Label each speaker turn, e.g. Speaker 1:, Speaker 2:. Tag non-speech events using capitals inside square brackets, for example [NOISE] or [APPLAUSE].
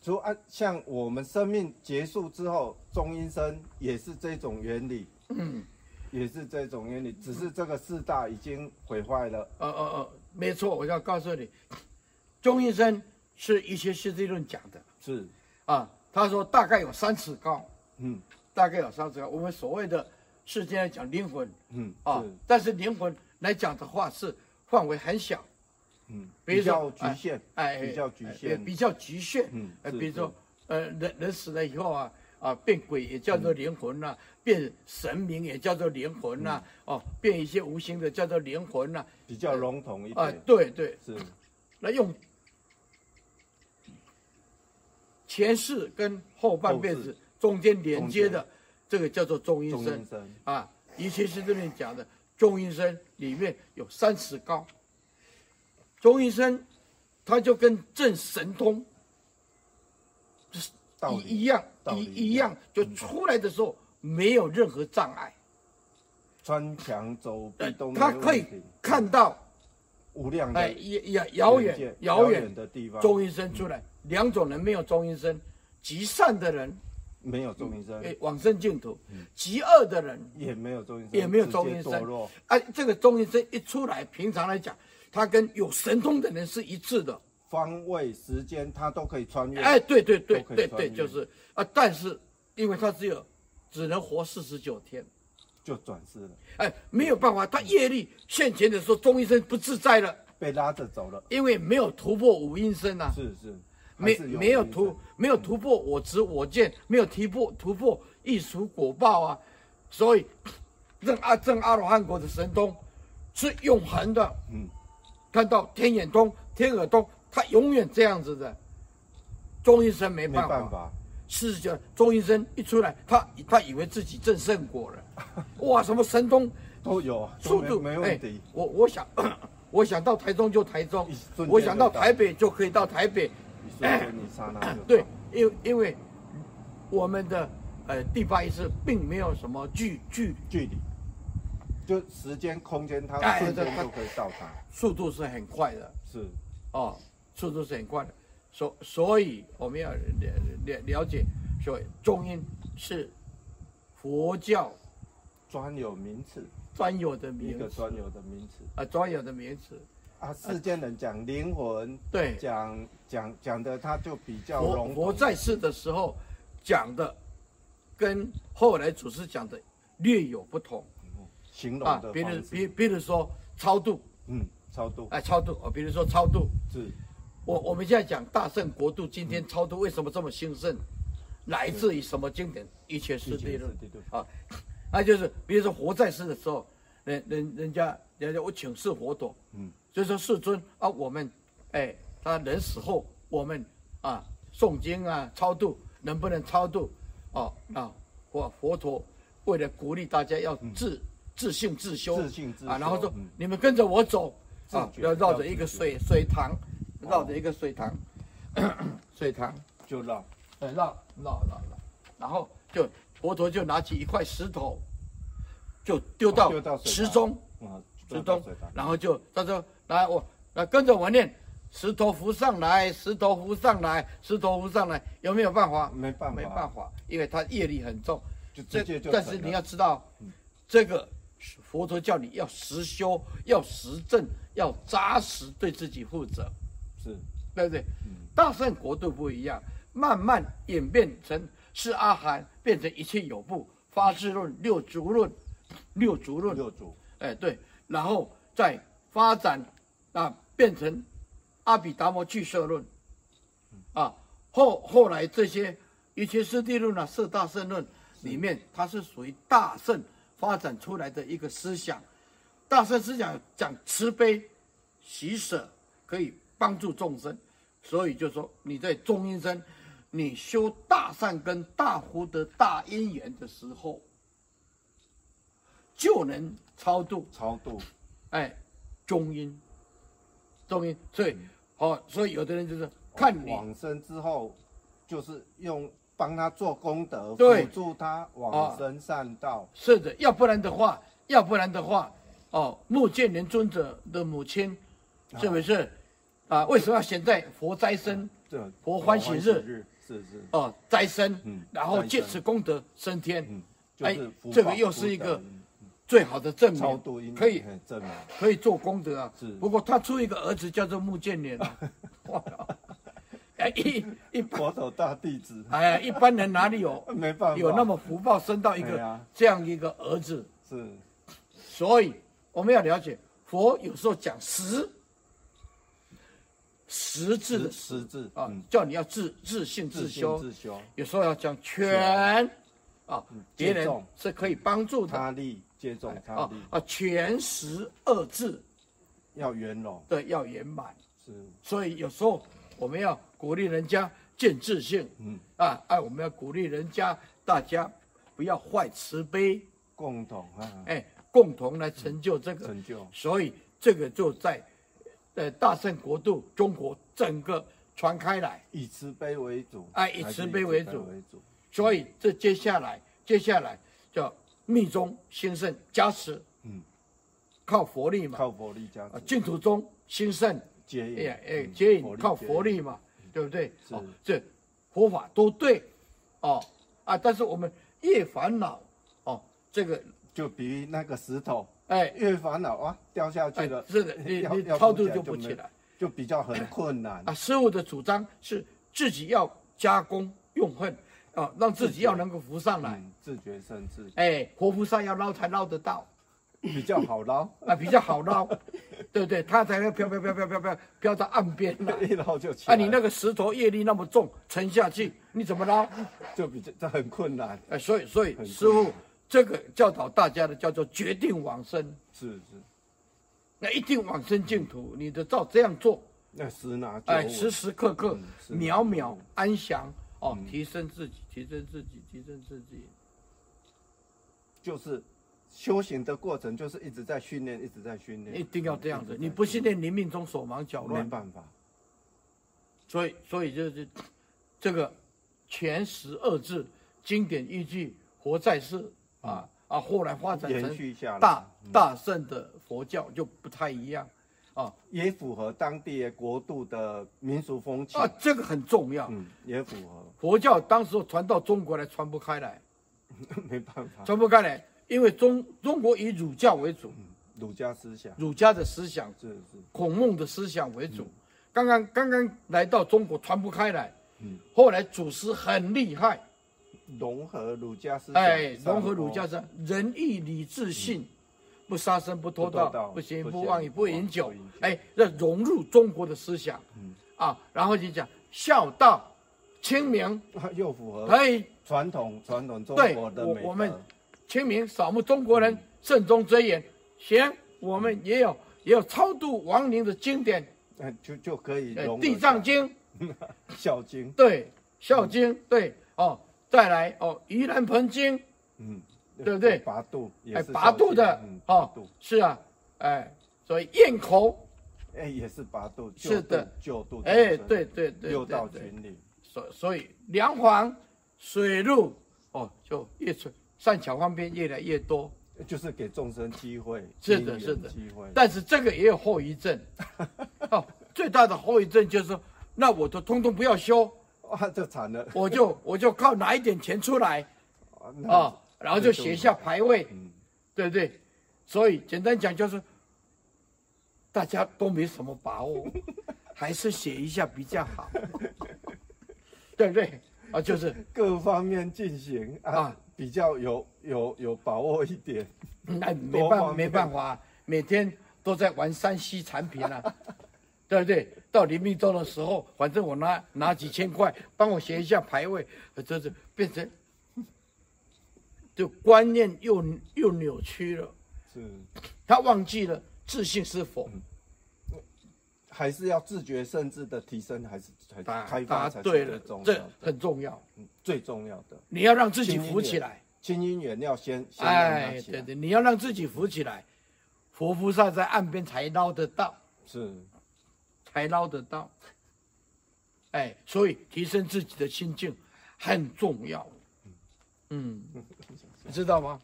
Speaker 1: 除啊，像我们生命结束之后，中阴身也是这种原理，
Speaker 2: 嗯，
Speaker 1: 也是这种原理，只是这个四大已经毁坏了。
Speaker 2: 呃呃呃，没错，我要告诉你， [COUGHS] 钟医生是一些世界论讲的
Speaker 1: 是，
Speaker 2: 啊，他说大概有三尺高，
Speaker 1: 嗯
Speaker 2: 大概有三尺高。我们所谓的世间来讲灵魂
Speaker 1: 嗯
Speaker 2: 啊
Speaker 1: 是，
Speaker 2: 但是灵魂来讲的话是范围很小，
Speaker 1: 嗯，
Speaker 2: 比如
Speaker 1: 比较
Speaker 2: 说
Speaker 1: 局限，
Speaker 2: 哎，
Speaker 1: 比较局限
Speaker 2: 哎比较局限。
Speaker 1: 嗯
Speaker 2: 呃，
Speaker 1: 是
Speaker 2: 比如
Speaker 1: 是
Speaker 2: 说，呃，人人死了以后啊，啊，变鬼也叫做灵魂呐、变神明也叫做灵魂呐、
Speaker 1: 嗯
Speaker 2: 哦，变一些无形的叫做灵魂呐、
Speaker 1: 比较笼统一
Speaker 2: 啊，
Speaker 1: 点，
Speaker 2: 对对，
Speaker 1: 是
Speaker 2: 那用前世跟后半辈
Speaker 1: 后世
Speaker 2: 子中间连接的，这个叫做中阴
Speaker 1: 中
Speaker 2: 身
Speaker 1: 阴身，
Speaker 2: 啊。一切是这边讲的中阴身里面有三尺高，中阴身它就跟正神通
Speaker 1: 道
Speaker 2: 一一
Speaker 1: 理
Speaker 2: 样
Speaker 1: 道理
Speaker 2: 一
Speaker 1: 一
Speaker 2: 一
Speaker 1: 样
Speaker 2: 样，就出来的时候没有任何障碍，
Speaker 1: 穿墙走壁都没
Speaker 2: 哎他
Speaker 1: 问
Speaker 2: 可以
Speaker 1: 题
Speaker 2: 看到
Speaker 1: 无量
Speaker 2: 哎
Speaker 1: 的
Speaker 2: 遥遥
Speaker 1: 眼界
Speaker 2: 远
Speaker 1: 遥
Speaker 2: 遥远
Speaker 1: 的地方，
Speaker 2: 中阴身出来，两种人没有中阴身，极善的人
Speaker 1: 没有中阴身，
Speaker 2: 哎往生净土，
Speaker 1: 嗯
Speaker 2: 极恶的人
Speaker 1: 也没有中阴身，
Speaker 2: 也没有
Speaker 1: 直
Speaker 2: 中
Speaker 1: 接
Speaker 2: 阴
Speaker 1: 堕
Speaker 2: 身
Speaker 1: 落，
Speaker 2: 哎，这个中阴身一出来，平常来讲，他跟有神通的人是一致的，
Speaker 1: 方位、时间他都可以穿越。
Speaker 2: 哎，对对对
Speaker 1: 都可以
Speaker 2: 对
Speaker 1: 穿
Speaker 2: 对，
Speaker 1: 越
Speaker 2: 就是啊，但是因为他只有只能活四十九天，
Speaker 1: 就转世了，
Speaker 2: 哎，没有办法，他业力现前的时候，中阴身不自在了。
Speaker 1: 被拉着走了。
Speaker 2: 因为没有突破五阴身啊，
Speaker 1: 是是，还
Speaker 2: 没
Speaker 1: 是
Speaker 2: 没有
Speaker 1: 原因
Speaker 2: 突
Speaker 1: 的
Speaker 2: 没有突破我执我见，没有突破突破艺术果报啊，所以正阿正阿罗汉果的神通是永恒的，
Speaker 1: 嗯，
Speaker 2: 看到天眼通、天耳通，他永远这样子的，中医生没
Speaker 1: 没
Speaker 2: 办法，
Speaker 1: 办法，
Speaker 2: 四十九，中医生一出来，他他以为自己正圣果了，哇，什么神
Speaker 1: [LAUGHS]
Speaker 2: 通
Speaker 1: 都有啊，都
Speaker 2: 速
Speaker 1: 没
Speaker 2: 度
Speaker 1: 没
Speaker 2: 哎
Speaker 1: 问题。
Speaker 2: 我我想， [COUGHS] 我想到台中就台中
Speaker 1: 一瞬间就，到
Speaker 2: 哎我想到台北就可以到台北。
Speaker 1: 一瞬间一刹那就到
Speaker 2: [COUGHS] 对，因为因为我们的呃第八意识并没有什么距距
Speaker 1: 距离，就时间空间，它
Speaker 2: 哎
Speaker 1: 瞬
Speaker 2: 对
Speaker 1: 间
Speaker 2: 它
Speaker 1: 就可以到达。
Speaker 2: 速度是很快的
Speaker 1: 是，
Speaker 2: 哦，速度是很快的，所所以我们要了了了解，所以中音是佛教
Speaker 1: 专有名词，
Speaker 2: 专有的
Speaker 1: 一
Speaker 2: 名
Speaker 1: 个
Speaker 2: 词
Speaker 1: 专有的名词
Speaker 2: 啊，专有的名词，
Speaker 1: 啊。世间人讲灵魂，
Speaker 2: 对，
Speaker 1: 讲讲讲的，它就比较
Speaker 2: 哎佛
Speaker 1: 笼
Speaker 2: 佛
Speaker 1: 统。
Speaker 2: 在世的时候讲的，跟后来祖师讲的略有不同
Speaker 1: 形
Speaker 2: 啊
Speaker 1: 容的。
Speaker 2: 比如
Speaker 1: 方
Speaker 2: 比
Speaker 1: 式，
Speaker 2: 比如说超度，
Speaker 1: 嗯，超度
Speaker 2: 哎，超度啊，比如说超度，
Speaker 1: 是
Speaker 2: 哎我我们现在讲大圣国度，今天超度为什么这么兴盛，来自于什么经典？一切是
Speaker 1: 一切
Speaker 2: 地论
Speaker 1: 是地论
Speaker 2: 啊，那就是比如说活在世的时候，人人人家人家我请示佛陀，
Speaker 1: 嗯，
Speaker 2: 就说世尊啊，我们，哎，他人死后，我们啊诵经啊超度能不能超度？哦，那佛佛陀为了鼓励大家要自、自信自修，
Speaker 1: 嗯自信自修
Speaker 2: 啊，然后说、
Speaker 1: 嗯
Speaker 2: 你们跟着我走啊，
Speaker 1: 自觉
Speaker 2: 要绕着
Speaker 1: 要
Speaker 2: 一个
Speaker 1: 自觉哦
Speaker 2: 水水塘，绕着一个水塘，水塘，
Speaker 1: 就让
Speaker 2: 呃，绕绕绕绕，然后就佛陀就拿起一块石头，就丢到
Speaker 1: 哦丢到水
Speaker 2: 池
Speaker 1: 塘
Speaker 2: 中，
Speaker 1: 啊，
Speaker 2: 石
Speaker 1: 就
Speaker 2: 头
Speaker 1: 到水吧，
Speaker 2: 然后就他说来我来跟着我念，石头浮上来，石头浮上来，石头浮上来，有没有办法？
Speaker 1: 没办法，
Speaker 2: 没办法，因为他业力很重。
Speaker 1: 就直
Speaker 2: 这
Speaker 1: 接就
Speaker 2: 但
Speaker 1: 成
Speaker 2: 是你
Speaker 1: 了
Speaker 2: 要知道，这个是佛陀教你要实修，要实证，要扎实对自己负责，
Speaker 1: 是
Speaker 2: 对不对？大圣国度不一样，慢慢演变成是阿含，变成一切有部、发智论、六足论、六足论。
Speaker 1: 六祖
Speaker 2: 哎，对，然后再发展啊，变成阿比达摩俱舍论啊，后后来这些一切师地论啊、四大圣论里面，它是属于大圣发展出来的一个思想。大圣思想讲慈悲、喜舍，可以帮助众生，所以就说你在中阴身，你修大善跟大福德、大因缘的时候，就能超度
Speaker 1: 超度，
Speaker 2: 哎，中音，中音，所以，
Speaker 1: 嗯
Speaker 2: 哦，所以有的人就是看你，
Speaker 1: 往生之后，就是用帮他做功德，
Speaker 2: 对啊
Speaker 1: 辅助他往生善道。
Speaker 2: 是的，要不然的话，要不然的话，哦，目犍啊连尊者的母亲，是不是？啊，为什么要选在佛斋生
Speaker 1: 对，
Speaker 2: 佛欢喜日
Speaker 1: 是是，
Speaker 2: 哦，斋生，
Speaker 1: 啊嗯
Speaker 2: 然后
Speaker 1: 斋
Speaker 2: 借
Speaker 1: 生
Speaker 2: 此功德升天，
Speaker 1: 嗯，就
Speaker 2: 哎
Speaker 1: 是福报
Speaker 2: 这个又是一个
Speaker 1: 福德
Speaker 2: 最好的证
Speaker 1: 超
Speaker 2: 明，
Speaker 1: 度因
Speaker 2: 可以
Speaker 1: 嘿证明，
Speaker 2: 可以做功德啊
Speaker 1: 是。
Speaker 2: 不过他出一个儿子叫做穆建连
Speaker 1: [LAUGHS]
Speaker 2: 啊，哇哎一一般
Speaker 1: 佛陀大弟子，
Speaker 2: 哎呀一般人哪里有
Speaker 1: 没办法，
Speaker 2: 有那么福报生到一
Speaker 1: 啊哎
Speaker 2: 个
Speaker 1: 呀
Speaker 2: 这样一个儿子？
Speaker 1: 是
Speaker 2: 所以我们要了解，佛有时候讲实，实质的
Speaker 1: 实实质
Speaker 2: 啊
Speaker 1: 嗯，
Speaker 2: 叫你要自自信自
Speaker 1: 信
Speaker 2: 修，
Speaker 1: 自修，
Speaker 2: 有时候要讲全啊，别
Speaker 1: 接
Speaker 2: 人
Speaker 1: 种
Speaker 2: 是可以帮助的
Speaker 1: 他力接种他
Speaker 2: 啊
Speaker 1: 力，
Speaker 2: 啊，全十二字
Speaker 1: 要圆融，
Speaker 2: 的要圆满，
Speaker 1: 是
Speaker 2: 所以有时候我们要鼓励人家见自性，
Speaker 1: 嗯，
Speaker 2: 啊，哎，我们要鼓励人家，大家不要坏慈悲，
Speaker 1: 共同啊
Speaker 2: 哎，共同来成就这个
Speaker 1: 成就，
Speaker 2: 所以这个就在呃大圣国度中国整个传开来，
Speaker 1: 以慈悲为主，
Speaker 2: 哎以
Speaker 1: 还是
Speaker 2: 慈悲为
Speaker 1: 慈
Speaker 2: 主
Speaker 1: 为主，
Speaker 2: 所以这接下来接下来叫密宗兴盛加持，
Speaker 1: 嗯，
Speaker 2: 靠佛力嘛，
Speaker 1: 靠佛力加
Speaker 2: 啊
Speaker 1: 持，
Speaker 2: 净土宗兴盛
Speaker 1: 接引
Speaker 2: 也也
Speaker 1: 嗯
Speaker 2: 哎接引靠
Speaker 1: 接
Speaker 2: 佛力嘛，对不对？
Speaker 1: 是
Speaker 2: 哦，这佛法都对，哦啊，但是我们越烦恼，哦，这个
Speaker 1: 就比喻那个石头，
Speaker 2: 哎
Speaker 1: 越烦恼啊掉下去
Speaker 2: 哎
Speaker 1: 了，，
Speaker 2: 是的，你
Speaker 1: [LAUGHS] 要
Speaker 2: 你
Speaker 1: 要
Speaker 2: 超
Speaker 1: 扶
Speaker 2: 度
Speaker 1: 起来就没
Speaker 2: 就不起
Speaker 1: 有
Speaker 2: 来。
Speaker 1: 就比较很困难
Speaker 2: 啊，师傅的主张是自己要加工用恨啊，让自己要能够浮上来。
Speaker 1: 嗯，自觉甚至
Speaker 2: 哎，活菩萨要捞才捞得到
Speaker 1: 比较好
Speaker 2: [LAUGHS]
Speaker 1: 捞，
Speaker 2: 啊，比较
Speaker 1: [LAUGHS]
Speaker 2: 好捞，对不对？他才能飘飘飘飘飘飘飘到岸边来。
Speaker 1: 一捞就起来。
Speaker 2: 啊，你那个石头业力那么重，沉下去，你怎么捞？
Speaker 1: 就比较这很困难，
Speaker 2: 哎，所以所以
Speaker 1: 很
Speaker 2: 师傅这个教导大家的叫做决定往生，
Speaker 1: 是是，
Speaker 2: 那一定往生净土，你得照这样做。
Speaker 1: 那十拿九
Speaker 2: 哎，
Speaker 1: 稳，
Speaker 2: 时时刻刻
Speaker 1: 嗯、是嗯
Speaker 2: 秒秒安详哦，提升自己，提升自己，提升自己。
Speaker 1: 就是修行的过程，就是一直在训练，一直在训练，
Speaker 2: 一定要这样子，
Speaker 1: 一直在
Speaker 2: 你不信念，你命中手忙脚
Speaker 1: 没
Speaker 2: 乱。
Speaker 1: 办法，
Speaker 2: 所以，所以就是这个前十二字经典依据活在世啊啊，后来发展
Speaker 1: 延
Speaker 2: 成
Speaker 1: 续下来，嗯
Speaker 2: 大大圣的佛教就不太一样啊
Speaker 1: 也符合当地的国度的民俗风情
Speaker 2: 啊，，这个很重要。
Speaker 1: 嗯，也符合， [LAUGHS]
Speaker 2: 佛教当时候传到中国来，传不开来，
Speaker 1: 没办法，
Speaker 2: 传不开来，因为中中国以儒教为主，
Speaker 1: 嗯儒家思想
Speaker 2: 儒家的思想
Speaker 1: 是是
Speaker 2: 孔孟的思想为主。刚刚刚刚来到中国传不开来，
Speaker 1: 嗯
Speaker 2: 后来祖师很厉害，
Speaker 1: 融合儒家思想，哦
Speaker 2: 哎，
Speaker 1: 上
Speaker 2: 融合儒
Speaker 1: 坡
Speaker 2: 家是仁义礼智信，不杀生不偷
Speaker 1: 不偷
Speaker 2: 盗
Speaker 1: 盗
Speaker 2: 不行
Speaker 1: 不
Speaker 2: 不
Speaker 1: 奸
Speaker 2: 妄语
Speaker 1: 不
Speaker 2: 不
Speaker 1: 妄
Speaker 2: 饮
Speaker 1: 不
Speaker 2: 酒
Speaker 1: 饮酒，
Speaker 2: 哎，要融入中国的思想
Speaker 1: 嗯
Speaker 2: 啊，然后就讲孝道、清明，
Speaker 1: [LAUGHS] 又符合
Speaker 2: 可以
Speaker 1: 传统传统中
Speaker 2: 哎对
Speaker 1: 国的
Speaker 2: 我
Speaker 1: 美德
Speaker 2: 我们清明扫墓，中国人
Speaker 1: 嗯
Speaker 2: 慎终追远，行，我们也有也有超度亡灵的经典，
Speaker 1: 哎就就可以
Speaker 2: 哎
Speaker 1: 融
Speaker 2: 《
Speaker 1: 合
Speaker 2: 地藏
Speaker 1: 下
Speaker 2: 经》。
Speaker 1: 《孝经》，
Speaker 2: 对，《孝经》对哦，再来哦，《盂兰盆经》
Speaker 1: 嗯，
Speaker 2: 对不对
Speaker 1: 拔肚也
Speaker 2: 哎，
Speaker 1: 是
Speaker 2: 拔
Speaker 1: 孝
Speaker 2: 肚
Speaker 1: 经
Speaker 2: 的
Speaker 1: 嗯，
Speaker 2: 哦
Speaker 1: 拔肚，
Speaker 2: 是啊，哎，所以咽口，
Speaker 1: 哎也是拔肚，
Speaker 2: 是
Speaker 1: 救度
Speaker 2: 的，
Speaker 1: 救度众
Speaker 2: 哎，
Speaker 1: 生
Speaker 2: 对对对，
Speaker 1: 六
Speaker 2: 对
Speaker 1: 道
Speaker 2: 对
Speaker 1: 群里
Speaker 2: 所所以梁皇水陆哦，就越出善巧方便越来越多，
Speaker 1: 就是给众生机会，
Speaker 2: 是的
Speaker 1: 因缘
Speaker 2: 是的
Speaker 1: 机会， [LAUGHS]
Speaker 2: 但是这个也有后遗症，哦，最大的后遗症就是说，那我都通通不要修，
Speaker 1: 哇，这惨了
Speaker 2: 我就我就靠拿一点钱出来
Speaker 1: 啊
Speaker 2: 啊、
Speaker 1: 那
Speaker 2: 哦，然后就写下牌位，
Speaker 1: 嗯，
Speaker 2: 对不对？所以简单讲就是，大家都没什么把握，还是写一下比较好， [LAUGHS] 对不对？啊，就是
Speaker 1: 各方面进行啊
Speaker 2: 啊，
Speaker 1: 比较有有有把握一点，
Speaker 2: 嗯那没
Speaker 1: 多
Speaker 2: 办
Speaker 1: 方面
Speaker 2: 没办法，每天都在玩山西产品啊， [LAUGHS] 对不对？到黎明周的时候，反正我拿拿几千块，帮我写一下牌位，呃这是变成 [LAUGHS] 就观念又又扭曲了，
Speaker 1: 是
Speaker 2: 他忘记了自信是否。
Speaker 1: 还是要自觉甚至的提升，还是才
Speaker 2: 答
Speaker 1: 开
Speaker 2: 答
Speaker 1: 发才是最
Speaker 2: 对了
Speaker 1: 重，要
Speaker 2: 这
Speaker 1: 的，
Speaker 2: 很重要。
Speaker 1: 嗯最重要的。
Speaker 2: 你要让自己扶起来，
Speaker 1: 清音缘要先先让它
Speaker 2: 哎，
Speaker 1: 起
Speaker 2: 对
Speaker 1: 来，
Speaker 2: 对，你要让自己扶起来，佛菩萨在岸边才捞得到，
Speaker 1: 是
Speaker 2: 才捞得到。哎，所以提升自己的心境很重要。嗯，你知道吗？